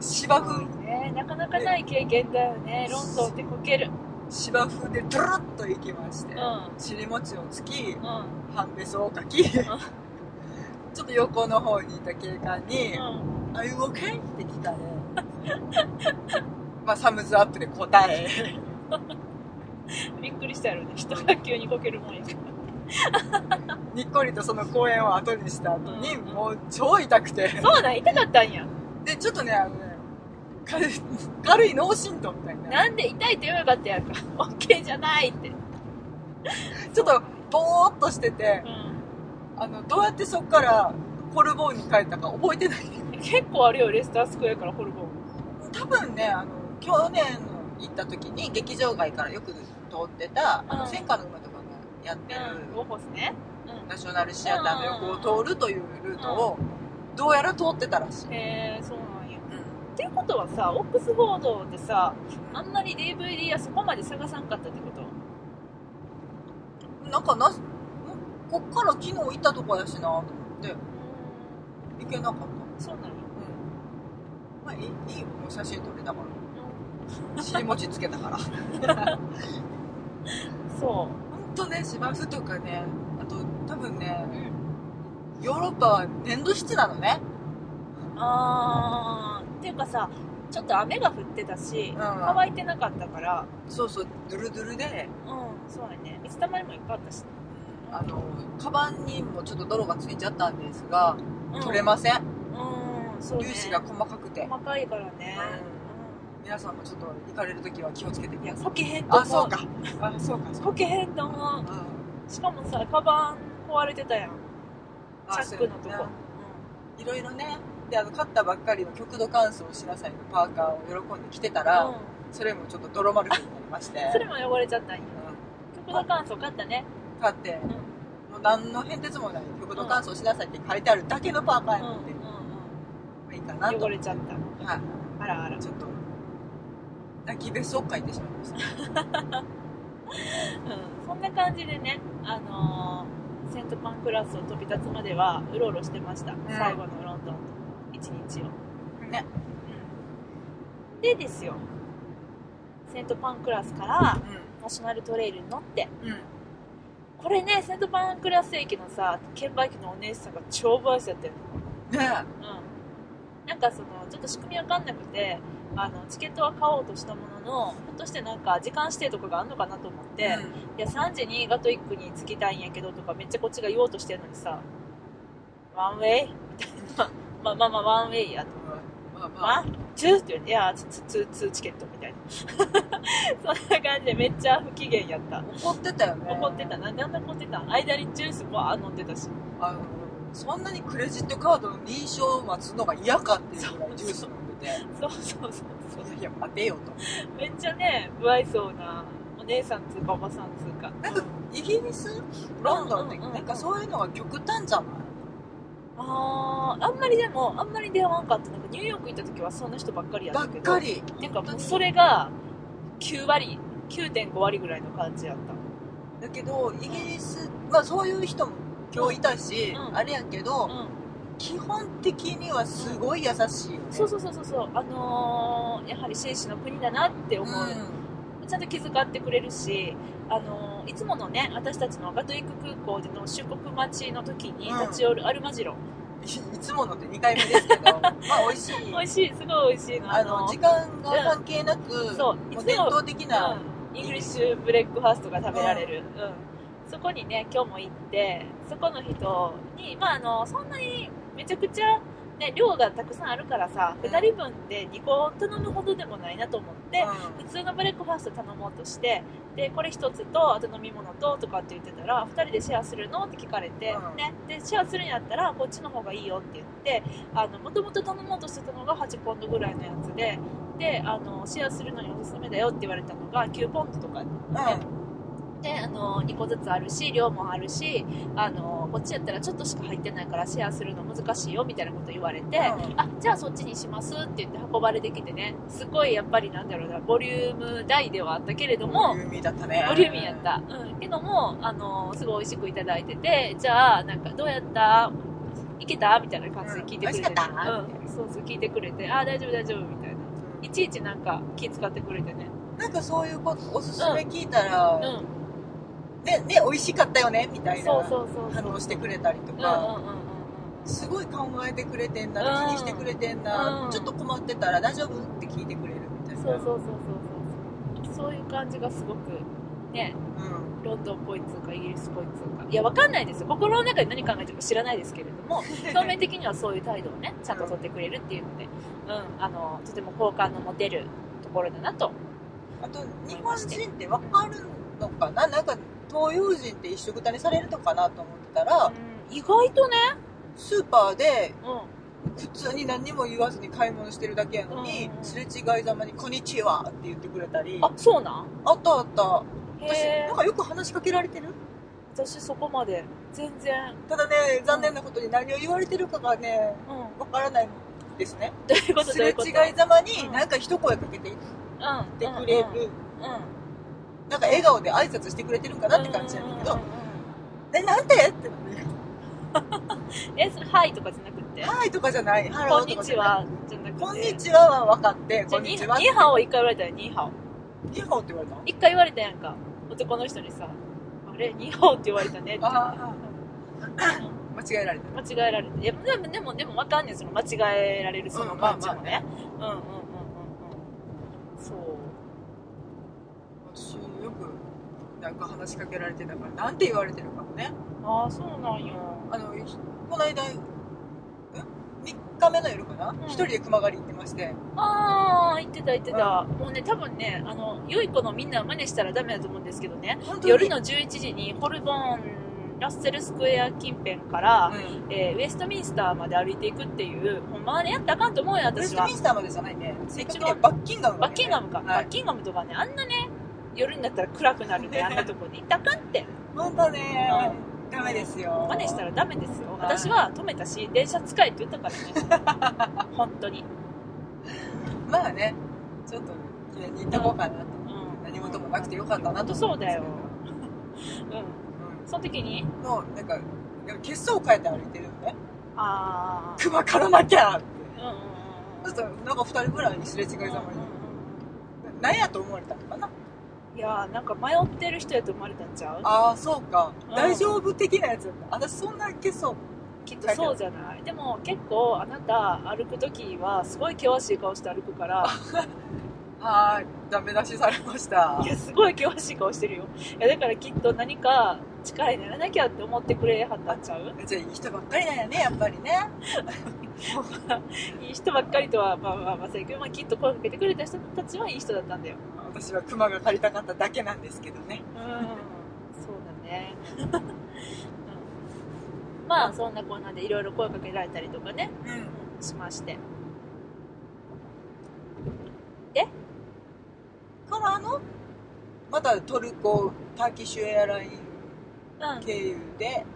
[SPEAKER 1] 芝
[SPEAKER 2] う
[SPEAKER 1] 生
[SPEAKER 2] んねなかなかない経験だよねロンドンってこける
[SPEAKER 1] 芝生でドロッと行きまして、
[SPEAKER 2] う
[SPEAKER 1] 尻餅をつき
[SPEAKER 2] んうん
[SPEAKER 1] 半べそをかき、ちょっと横の方にいた警官に
[SPEAKER 2] うん
[SPEAKER 1] 「あ、うごかい?」って聞かれまあサムズアップで答え
[SPEAKER 2] びっくりしたやろね人が急にこけるもんやから
[SPEAKER 1] にっこりとその公演を後にした後に、
[SPEAKER 2] うん
[SPEAKER 1] もう超痛くて
[SPEAKER 2] そうなん痛かったんや
[SPEAKER 1] でちょっとねあのね軽い軽い脳震盪みたいな
[SPEAKER 2] なんで痛いって言えばよかったやんか OK じゃないって
[SPEAKER 1] ちょっとぼーっとしてて
[SPEAKER 2] うん
[SPEAKER 1] あのどうやってそっからコルボーンに帰ったか覚えてない
[SPEAKER 2] 結構あるよレスタースクエアからホルボン
[SPEAKER 1] 多分ねあの去年行った時に劇場外からよく通ってた、あ
[SPEAKER 2] う
[SPEAKER 1] の
[SPEAKER 2] ん
[SPEAKER 1] 戦火の馬とかがやってる、
[SPEAKER 2] うんオフォスね
[SPEAKER 1] ナショナルシアターの横を通るというルートをどうやら通ってたらしい、
[SPEAKER 2] へえそうなんやっていうことはさオックスフォードでさあんまり DVD はそこまで探さんかったってこと
[SPEAKER 1] うんなんかなこっから昨日行ったとこやしなと思って行けなかった、
[SPEAKER 2] そうなんや
[SPEAKER 1] うんまあいいいいよもう写真撮れたから尻餅つけたから
[SPEAKER 2] そ
[SPEAKER 1] 本当ね芝生とかねあと多分ね
[SPEAKER 2] う、うん、
[SPEAKER 1] ヨーロッパは粘土質なのね
[SPEAKER 2] あーっていうかさちょっと雨が降ってたし
[SPEAKER 1] ん
[SPEAKER 2] 乾いてなかったから
[SPEAKER 1] そうそうドゥルドゥルで
[SPEAKER 2] うんそうやね水たまりもいっぱいあったし、
[SPEAKER 1] あのカバンにもちょっと泥がついちゃったんですが、
[SPEAKER 2] うん、
[SPEAKER 1] 取れません
[SPEAKER 2] うんそう、ね、
[SPEAKER 1] 粒子が細かくて、
[SPEAKER 2] 細かいからね、
[SPEAKER 1] 皆さんもちょっと行かれる時は気をつけて
[SPEAKER 2] う
[SPEAKER 1] く
[SPEAKER 2] ん、いや
[SPEAKER 1] ださい
[SPEAKER 2] こけへんと思う
[SPEAKER 1] あそうかあそうかそう
[SPEAKER 2] こ
[SPEAKER 1] か
[SPEAKER 2] けへんと思うしかもさカバン壊れてたやんチャックのとこ、
[SPEAKER 1] いろいろねであの買ったばっかりの極度乾燥しなさいのパーカーを喜んで着てたら、
[SPEAKER 2] うん、
[SPEAKER 1] それもちょっと泥まるくになりまして
[SPEAKER 2] それも汚れちゃったんや
[SPEAKER 1] う
[SPEAKER 2] 極度乾燥買ったね
[SPEAKER 1] ん買って
[SPEAKER 2] うん
[SPEAKER 1] もう何の変哲もない極度乾燥しなさいって書いてあるだけのパーカー
[SPEAKER 2] う
[SPEAKER 1] やので、
[SPEAKER 2] ん
[SPEAKER 1] まあいいかな
[SPEAKER 2] うん
[SPEAKER 1] と
[SPEAKER 2] 汚れちゃった
[SPEAKER 1] はい
[SPEAKER 2] あらあら
[SPEAKER 1] ちょっと泣きべそを書いてしまいまし た
[SPEAKER 2] そんな感じでね、あのーセントパンクラスを飛び立つまではうろうろしてました、最後のロンドンの一日を、
[SPEAKER 1] ね
[SPEAKER 2] うんでですよセントパンクラスからナショナルトレイルに乗って
[SPEAKER 1] うんうん
[SPEAKER 2] これねセントパンクラス駅のさ券売機のお姉さんが超バイスやってる
[SPEAKER 1] ね
[SPEAKER 2] のうんなんかそのちょっと仕組みわかんなくてあのチケットは買おうとしたもののひょっとしてなんか時間指定とかがあるのかなと思っ
[SPEAKER 1] え
[SPEAKER 2] て、いや3時にガトイックに着きたいんやけどとかめっちゃこっちが言おうとしてるのにさワンウェイみたいなまあまあまあワンウェイやと
[SPEAKER 1] まあま
[SPEAKER 2] ワ
[SPEAKER 1] あ
[SPEAKER 2] ンツーって言ういやツツツツーチケットみたいな そんな感じでめっちゃ不機嫌やった
[SPEAKER 1] 怒ってたよね
[SPEAKER 2] 怒ってたなんであんな怒ってたん間にジュースバー飲んでたし
[SPEAKER 1] あのそんなにクレジットカードの認証を待つのが嫌かっていうぐらいジュース飲んでて
[SPEAKER 2] そうそうそうそう
[SPEAKER 1] いや待てよと
[SPEAKER 2] めっちゃね不愛想なお姉さんつうかおばさんつうか
[SPEAKER 1] なんかイギリスロンドンって
[SPEAKER 2] うんうんうんうん
[SPEAKER 1] なんかそういうのが極端じゃない
[SPEAKER 2] あーあんまりでもあんまり出会わんかったなんかニューヨーク行った時はそんな人ばっかりやっ
[SPEAKER 1] ば
[SPEAKER 2] た
[SPEAKER 1] っ
[SPEAKER 2] けど
[SPEAKER 1] かり
[SPEAKER 2] ていうか
[SPEAKER 1] 本当
[SPEAKER 2] もう
[SPEAKER 1] に
[SPEAKER 2] それが9割9.5割ぐらいの感じやった
[SPEAKER 1] だけどイギリスまあそういう人も今日いたし、
[SPEAKER 2] うん
[SPEAKER 1] あれやけど、
[SPEAKER 2] う
[SPEAKER 1] 基本的にはすごい優しいよね、
[SPEAKER 2] ん、そうそうそうそうそうあのーやはり紳士の国だなって思う、
[SPEAKER 1] う
[SPEAKER 2] ちゃんと気遣ってくれるし、あのーいつものね私たちのガトイック空港での出国待ちの時に
[SPEAKER 1] うん
[SPEAKER 2] 立ち寄るアルマジロ、
[SPEAKER 1] ん、いいつものって2回目ですけ どまあ美味しい
[SPEAKER 2] 美味しいすごい美味しいの
[SPEAKER 1] あの時間が関係なく、
[SPEAKER 2] そうい
[SPEAKER 1] もう
[SPEAKER 2] つ
[SPEAKER 1] 伝
[SPEAKER 2] も
[SPEAKER 1] 統的な、
[SPEAKER 2] うん、イングリッシュブレックファーストが食べられる、うんそこにね今日も行ってそこの人にまああのそんなにめちゃくちゃ、ね、量がたくさんあるからさ、
[SPEAKER 1] うん
[SPEAKER 2] 2人分で2個頼むほどでもないなと思って、
[SPEAKER 1] うん
[SPEAKER 2] 普通のブレックファースト頼もうとしてでこれ1つとあと飲み物ととかって言ってたら2人でシェアするのって聞かれて、
[SPEAKER 1] うん
[SPEAKER 2] ね、でシェアするんやったらこっちの方がいいよって言ってあの元々頼もうとしてたのが8ポンドぐらいのやつでであのシェアするのにおすすめだよって言われたのが9ポンドとかであの2個ずつあるし量もあるしあのこっちやったらちょっとしか入ってないからシェアするの難しいよみたいなこと言われて、
[SPEAKER 1] うん
[SPEAKER 2] あじゃあそっちにしますって言って運ばれてきてねすごいやっぱりなんだろうなボリューム大ではあったけれど
[SPEAKER 1] ボ
[SPEAKER 2] も、
[SPEAKER 1] リューミーだったね
[SPEAKER 2] ボリューミーやった、うん、けどもあのすごい美味しくいただいててじゃあなんかどうやったいけたみたいな感じで聞いてくれて、
[SPEAKER 1] うん美味しかった
[SPEAKER 2] うんそうそう聞いてくれてあ大丈夫大丈夫みたいないちいちなんか気遣ってくれてね
[SPEAKER 1] うんなんかそういうことおすすめ聞いたら、
[SPEAKER 2] うん、
[SPEAKER 1] ねね美味しかったよねみたい
[SPEAKER 2] そう
[SPEAKER 1] な
[SPEAKER 2] そうそうそう
[SPEAKER 1] 反応してくれたりと
[SPEAKER 2] うんうんうん
[SPEAKER 1] か、
[SPEAKER 2] うんうん
[SPEAKER 1] すごい考えてくれてんな
[SPEAKER 2] うん
[SPEAKER 1] 気にしてくれてんな、
[SPEAKER 2] うん
[SPEAKER 1] ちょっと困ってたら大丈夫って聞いてくれるみたいな
[SPEAKER 2] そうそうそうそうそうそういう感じがすごくね
[SPEAKER 1] うん
[SPEAKER 2] ロンドンっぽいっつうかイギリスっぽいっつうかいやわかんないですよ心の中で何考えてるか知らないですけれど も表面的にはそういう態度をねちゃんと取ってくれるっていうので、うん、あのとても好感の持てるところだなと
[SPEAKER 1] あと日本人ってわかるのかななんか東洋人って一緒くたにされるのかなと思ってたら、
[SPEAKER 2] うん意外とね、
[SPEAKER 1] スーパーで
[SPEAKER 2] う
[SPEAKER 1] 普通に何にも言わずに買い物してるだけやのに、
[SPEAKER 2] うん
[SPEAKER 1] すれ違いざまに「こんにちは」って言ってくれたり
[SPEAKER 2] ん、あそうなん
[SPEAKER 1] あったあった私
[SPEAKER 2] へ
[SPEAKER 1] な
[SPEAKER 2] ー
[SPEAKER 1] んかよく話しかけられてる
[SPEAKER 2] 私そこまで全然、
[SPEAKER 1] ただね残念なことに何を言われてるかがね
[SPEAKER 2] うん、ど
[SPEAKER 1] わからないですね
[SPEAKER 2] ういうこと
[SPEAKER 1] す
[SPEAKER 2] どうい
[SPEAKER 1] れ
[SPEAKER 2] うこと
[SPEAKER 1] 違いざまに
[SPEAKER 2] うん
[SPEAKER 1] なんか一声かけていっ
[SPEAKER 2] うん
[SPEAKER 1] てくれる、
[SPEAKER 2] うんうん
[SPEAKER 1] なんか笑顔で挨拶してくれてるんかなって感じやねんけど「えなんて?」ってのね
[SPEAKER 2] えそれ「はい」とかじゃなく
[SPEAKER 1] 「
[SPEAKER 2] て
[SPEAKER 1] はい」とかじゃない「
[SPEAKER 2] 「
[SPEAKER 1] ハロー」
[SPEAKER 2] こん
[SPEAKER 1] と
[SPEAKER 2] に
[SPEAKER 1] か
[SPEAKER 2] ち
[SPEAKER 1] じゃない
[SPEAKER 2] は」じゃなく
[SPEAKER 1] 「
[SPEAKER 2] て
[SPEAKER 1] こんにちは」は分かって「
[SPEAKER 2] じゃ
[SPEAKER 1] こ
[SPEAKER 2] あ
[SPEAKER 1] ん
[SPEAKER 2] ニ
[SPEAKER 1] にち
[SPEAKER 2] ー
[SPEAKER 1] は」
[SPEAKER 2] ニーハオ一回言われたらニーハオ
[SPEAKER 1] ニーハオって言われたの
[SPEAKER 2] 一回言われたやんか男の人にさ「あれニーハオって言われたね」って
[SPEAKER 1] あ
[SPEAKER 2] う
[SPEAKER 1] あ間違えられた
[SPEAKER 2] ん間違えられていやでもでもでもわかんねんその間違えられるその感じもねうんうんうんうんうんそう
[SPEAKER 1] 私よくなんか話しかけられてたからなんて言われてるかもね
[SPEAKER 2] ああそうなんや
[SPEAKER 1] あのひこの間ん3日目の夜かな、
[SPEAKER 2] ん
[SPEAKER 1] 一人で熊狩り行ってまして
[SPEAKER 2] ああ言ってた言ってたもうね多分ねあの良い子のみんな真似したらダメだと思うんですけどね
[SPEAKER 1] 本当に
[SPEAKER 2] 夜の11時にホルボンラッセルスクエア近辺から、
[SPEAKER 1] うん
[SPEAKER 2] えーウェストミンスターまで歩いていくっていうほんまはねやったらあかんと思うよ
[SPEAKER 1] ウェス
[SPEAKER 2] 私
[SPEAKER 1] ト
[SPEAKER 2] は
[SPEAKER 1] ミンスターまでじゃないね正確には
[SPEAKER 2] 一番
[SPEAKER 1] バッキンガムま
[SPEAKER 2] バッ
[SPEAKER 1] で
[SPEAKER 2] キンガムか、
[SPEAKER 1] は
[SPEAKER 2] バ
[SPEAKER 1] い
[SPEAKER 2] ッキンガムとかねあんなね夜になったら暗くなるねあんなとこに行ったらあかんって
[SPEAKER 1] 本当ね、ダメですよ
[SPEAKER 2] 真似したらダメですよ
[SPEAKER 1] い
[SPEAKER 2] 私は止めたし電車使えって言ったから ね本当に、
[SPEAKER 1] まあねちょっと記念に行っとこうかなと、
[SPEAKER 2] うん、
[SPEAKER 1] 何事もなくてよかったなと
[SPEAKER 2] 本当そうだよ
[SPEAKER 1] う
[SPEAKER 2] うんんその時に
[SPEAKER 1] もうなんかでも血相を変えて歩いてるのね
[SPEAKER 2] ああ
[SPEAKER 1] 熊狩らなきゃって
[SPEAKER 2] うんうんうん
[SPEAKER 1] そしたらなんか2人ぐらいにすれ違いざ
[SPEAKER 2] うんうん
[SPEAKER 1] まに何やと思われたのかない
[SPEAKER 2] やーなんか迷ってる人やと思われたんちゃう
[SPEAKER 1] ああそうか、
[SPEAKER 2] うん
[SPEAKER 1] 大丈夫的なやつだった私そんなけそう
[SPEAKER 2] きっとそうじゃないでも結構あなた歩く時はすごい険しい顔して歩くから
[SPEAKER 1] ああダメ出しされました
[SPEAKER 2] いやすごい険しい顔してるよいやだからきっと何か力にならなきゃって思ってくれはったんちゃう
[SPEAKER 1] じゃあいい人ばっかりなんやねやっぱりね
[SPEAKER 2] いい人ばっかりとはまあまあまあせやけど、まあ、きっと声かけてくれた人たちはいい人だったんだよ
[SPEAKER 1] 私は熊が借りたかっただけなんですけどね
[SPEAKER 2] うんそうだね、うん、まあそんなこんなでいろいろ声かけられたりとかね
[SPEAKER 1] うん
[SPEAKER 2] しまして
[SPEAKER 1] からあのまたトルコターキッシュエアライン
[SPEAKER 2] うん
[SPEAKER 1] 経由で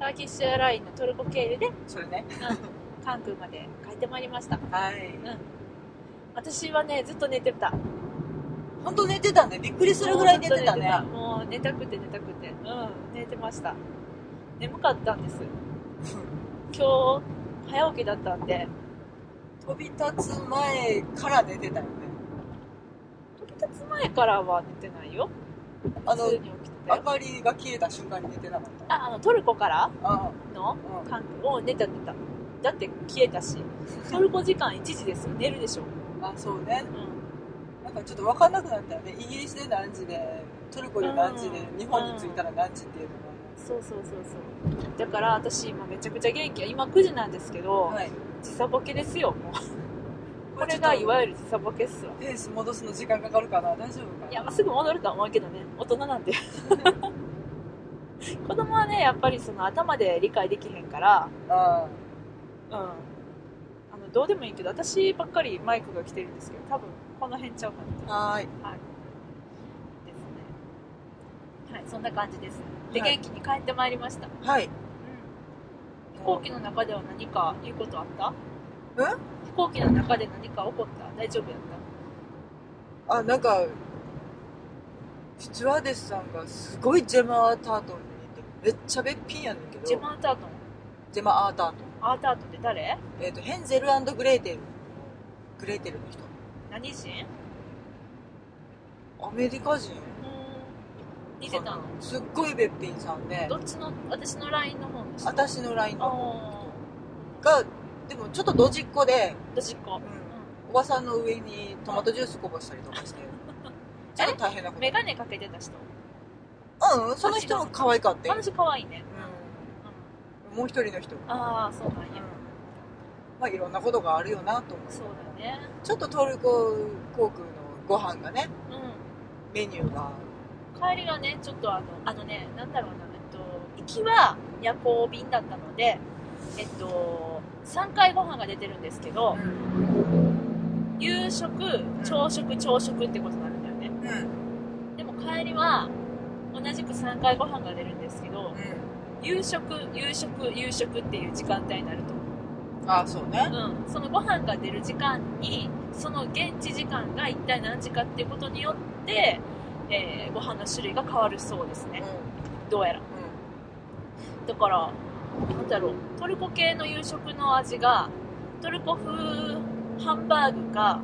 [SPEAKER 2] ターキッシュエアラインのトルコ経由で
[SPEAKER 1] それね
[SPEAKER 2] 関空まで帰ってまいりました
[SPEAKER 1] はい
[SPEAKER 2] 私はねずっと寝てた
[SPEAKER 1] 本当寝てたねびっくりするぐらい寝てたね
[SPEAKER 2] もう寝たくて寝たくてうん寝てました眠かったんです今日早起きだったんで
[SPEAKER 1] 飛び立つ前から寝てたよね
[SPEAKER 2] 飛び立つ前からは寝てないよ
[SPEAKER 1] あ
[SPEAKER 2] 普
[SPEAKER 1] の
[SPEAKER 2] 通に起きてた
[SPEAKER 1] 明
[SPEAKER 2] よ
[SPEAKER 1] かりが消えた瞬間に寝てなかった
[SPEAKER 2] ああのトルコから
[SPEAKER 1] あ
[SPEAKER 2] の
[SPEAKER 1] あうん
[SPEAKER 2] 韓国もう寝た寝ただって消え たしトルコ時間1時ですよ寝るでしょ、
[SPEAKER 1] あそうね
[SPEAKER 2] うん、
[SPEAKER 1] なんかちょっと分かんなくなったよねイギリスで何時でトルコで何時で、
[SPEAKER 2] うん
[SPEAKER 1] 日本に着いたら何時っていうの
[SPEAKER 2] そうそうそうそうだから私今めちゃくちゃ元気今9時なんですけど、
[SPEAKER 1] が、はい、
[SPEAKER 2] 時差ボケですよもうこれがいわゆる時差ボケっすわ
[SPEAKER 1] ペース戻すの時間かかるかな大丈夫かない
[SPEAKER 2] や、まあ、すぐ戻るとは思うけどね大人なんで 子供はねやっぱりその頭で理解できへんから
[SPEAKER 1] あ
[SPEAKER 2] うんあのどうでもいいけど私ばっかりマイクが来てるんですけど多分この辺ちゃうか
[SPEAKER 1] ー
[SPEAKER 2] な
[SPEAKER 1] はーい
[SPEAKER 2] ですねはいそんな感じですで、
[SPEAKER 1] はい
[SPEAKER 2] 元気に帰ってまいりました、うん、
[SPEAKER 1] はい
[SPEAKER 2] 飛行機の中では何か言うことあった
[SPEAKER 1] え
[SPEAKER 2] 飛行機の中で何か起こった大丈夫やっ
[SPEAKER 1] あなんかスチュワーデスさんがすごいジェマータートンに似てめっちゃべっぴんやねんけ
[SPEAKER 2] た
[SPEAKER 1] ど
[SPEAKER 2] ジェマータートン
[SPEAKER 1] ジェマータートン、
[SPEAKER 2] アータートンって誰
[SPEAKER 1] えー、とヘンゼルグレーテルグレーテルの人
[SPEAKER 2] 何人
[SPEAKER 1] アメリカ人
[SPEAKER 2] うん似てたの
[SPEAKER 1] すっごいべっぴんさんで
[SPEAKER 2] どっちの私の LINE の方の人
[SPEAKER 1] 私の LINE の
[SPEAKER 2] あ
[SPEAKER 1] がでもちょっとドジっ子で、
[SPEAKER 2] ーどっちか
[SPEAKER 1] おばさんの上にトマトジュースこぼしたりとか してちょっと大変なこ
[SPEAKER 2] メガネかけてた人
[SPEAKER 1] とうんその人も可愛かったよ
[SPEAKER 2] 彼、女可愛いね、
[SPEAKER 1] うん、もう一人の人、うん、
[SPEAKER 2] ああそうなんや
[SPEAKER 1] まあいろんなことがあるよなと思う
[SPEAKER 2] そうだよね
[SPEAKER 1] ちょっとトルコ航空のご飯がね
[SPEAKER 2] う
[SPEAKER 1] メニューが
[SPEAKER 2] ん帰りがねちょっとあのあのねなんだろうなえっと行きは夜行便だったのでえっと3回ご飯が出てるんですけど、夕食朝食朝食ってことになるんだよね
[SPEAKER 1] うんうん
[SPEAKER 2] でも帰りは同じく3回ご飯が出るんですけど夕食夕食夕食っていう時間帯になると
[SPEAKER 1] ああそうね
[SPEAKER 2] うん、そのご飯が出る時間にその現地時間が一体何時かっていうことによって、えーご飯の種類が変わるそうです
[SPEAKER 1] う
[SPEAKER 2] ね
[SPEAKER 1] ん
[SPEAKER 2] どうやらだからなんだろうトルコ系の夕食の味がトルコ風ハンバーグか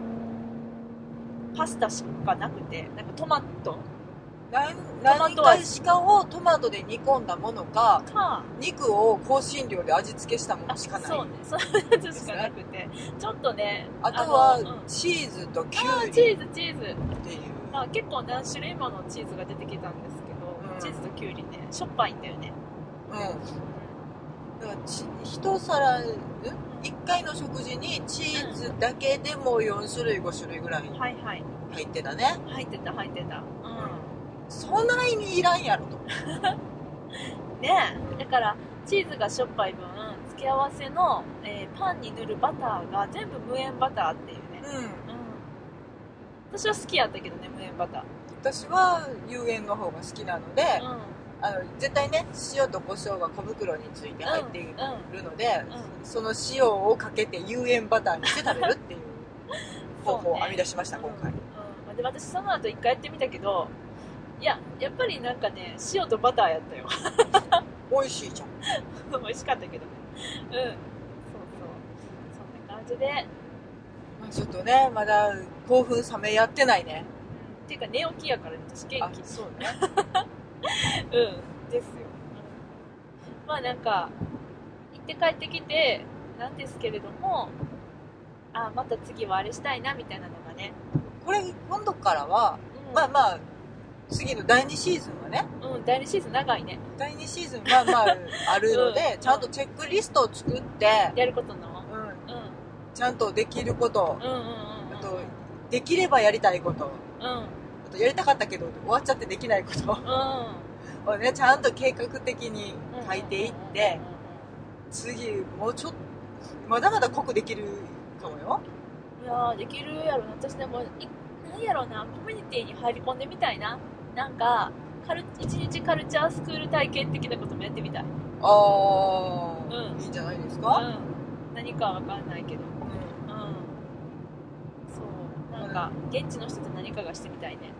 [SPEAKER 2] パスタしかなくてなんかトマト
[SPEAKER 1] 何
[SPEAKER 2] トマ
[SPEAKER 1] 何
[SPEAKER 2] ト味
[SPEAKER 1] かしかをトマトで煮込んだものか
[SPEAKER 2] か
[SPEAKER 1] 肉を香辛料で味付けしたもの
[SPEAKER 2] あ
[SPEAKER 1] しかない
[SPEAKER 2] そうねそう いうやつしかなくてちょっとね
[SPEAKER 1] あと
[SPEAKER 2] あのう
[SPEAKER 1] は
[SPEAKER 2] ん
[SPEAKER 1] チーズとキ
[SPEAKER 2] あ
[SPEAKER 1] ュウ
[SPEAKER 2] ー
[SPEAKER 1] リっ
[SPEAKER 2] チ
[SPEAKER 1] ていう
[SPEAKER 2] ーズチーズまあ、結構何種類ものチーズが出てきたんですけど、
[SPEAKER 1] うん
[SPEAKER 2] チーズときゅうりねしょっぱいんだよね
[SPEAKER 1] うんだからち一皿ん一回の食事にチーズだけでも4種類5種類ぐらい
[SPEAKER 2] はいはい
[SPEAKER 1] 入ってたね
[SPEAKER 2] 入ってた入ってたう
[SPEAKER 1] そんなにいらんやろと
[SPEAKER 2] んねえだからチーズがしょっぱい分付け合わせの、えーパンに塗るバターが全部無塩バターっていうね、
[SPEAKER 1] うん
[SPEAKER 2] うん、私は好きやったけどね無塩バタ
[SPEAKER 1] 私は有塩の方が好きなので、
[SPEAKER 2] ーうん
[SPEAKER 1] あの絶対ね塩と胡椒が小袋について入っているので、
[SPEAKER 2] う
[SPEAKER 1] その塩をかけて有塩バターにして食べるっていう方法を編み出しました、
[SPEAKER 2] うん
[SPEAKER 1] 今回
[SPEAKER 2] うんで私その後一回やってみたけどいややっぱりなんかね塩とバターやったよ
[SPEAKER 1] 美味しいじゃん
[SPEAKER 2] 美味しかったけどねうんそうそうそんな感じで、う
[SPEAKER 1] まあちょっとねまだ興奮冷めやってないね
[SPEAKER 2] んっていうか寝起きやからね私元気
[SPEAKER 1] そうね
[SPEAKER 2] うんですよ、うんまあなんか行って帰ってきてなんですけれどもあまた次はあれしたいなみたいなのがね、
[SPEAKER 1] これ今度からは
[SPEAKER 2] うん、
[SPEAKER 1] まあまあ次の第2シーズンはね
[SPEAKER 2] うん第2シーズン長いね
[SPEAKER 1] 第2シーズンはまああるので、
[SPEAKER 2] うん
[SPEAKER 1] ちゃんとチェックリストを作って、
[SPEAKER 2] やることの
[SPEAKER 1] うん、
[SPEAKER 2] うん
[SPEAKER 1] ちゃんとできること
[SPEAKER 2] うんうんうんうん
[SPEAKER 1] あとできればやりたいこと
[SPEAKER 2] うん
[SPEAKER 1] あとやりたかったけど終わっちゃってできないこと
[SPEAKER 2] うん
[SPEAKER 1] をねちゃんと計画的に書いていって
[SPEAKER 2] うんうんうん
[SPEAKER 1] 次もうちょっとまだまだ濃くできるかもよ
[SPEAKER 2] いやーできるやろな私でもいなんやろなコミュニティに入り込んでみたいななんかカル一日カルチャースクール体験的なこともやってみたい、うん、
[SPEAKER 1] あ
[SPEAKER 2] ー
[SPEAKER 1] いいんじゃないですか、
[SPEAKER 2] 何かわかんないけどうんそうなんか現地の人と何かがしてみたいね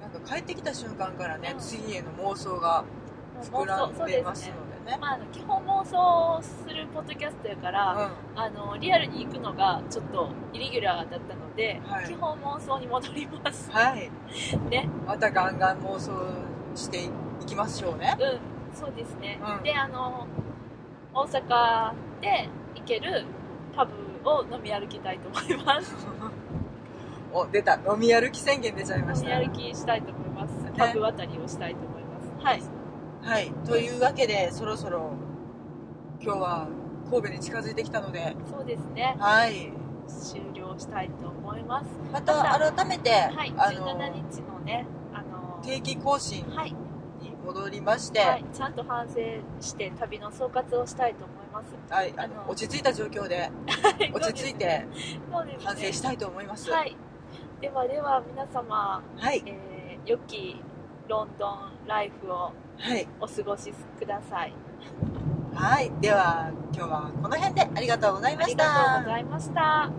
[SPEAKER 1] なんか帰ってきた瞬間からね、
[SPEAKER 2] うん
[SPEAKER 1] 次への妄想が膨らんでます
[SPEAKER 2] ね
[SPEAKER 1] のでね
[SPEAKER 2] まあ、あの基本妄想するポッドキャストやから、あのリアルに行くのがちょっとイレギュラーだったので、
[SPEAKER 1] はい
[SPEAKER 2] 基本妄想に戻ります
[SPEAKER 1] うん、はい
[SPEAKER 2] ね
[SPEAKER 1] またガンガン妄想していきましょうね
[SPEAKER 2] うん、そうですね、
[SPEAKER 1] うん
[SPEAKER 2] であの大阪で行けるパブを飲み歩きたいと思います
[SPEAKER 1] お出た飲み歩き宣言出ちゃいまし
[SPEAKER 2] 飲み
[SPEAKER 1] た
[SPEAKER 2] 歩きしたいと思います、パブ渡りをしたいと思いますはい
[SPEAKER 1] はいというわけでそろそろ今日は神戸に近づいてきたので
[SPEAKER 2] そうですね
[SPEAKER 1] はい
[SPEAKER 2] 終了したいと思います
[SPEAKER 1] また改めて、
[SPEAKER 2] はい
[SPEAKER 1] あの
[SPEAKER 2] 17日のねあの
[SPEAKER 1] 定期更新
[SPEAKER 2] はい、
[SPEAKER 1] に戻りまして、
[SPEAKER 2] は
[SPEAKER 1] はい
[SPEAKER 2] い、ちゃんと反省して旅の総括をしたいと思います
[SPEAKER 1] あの
[SPEAKER 2] あの
[SPEAKER 1] 落ち着いた状況で落ち着いて
[SPEAKER 2] そうですね
[SPEAKER 1] 反省したいと思います。
[SPEAKER 2] はいではでは皆様、
[SPEAKER 1] はい、
[SPEAKER 2] えー、良きロンドンライフを
[SPEAKER 1] はい、
[SPEAKER 2] お過ごしください。
[SPEAKER 1] はいでは今日はこの辺でありがとうござい
[SPEAKER 2] あ
[SPEAKER 1] ま
[SPEAKER 2] り
[SPEAKER 1] し
[SPEAKER 2] がとう
[SPEAKER 1] た
[SPEAKER 2] ご。ざいました。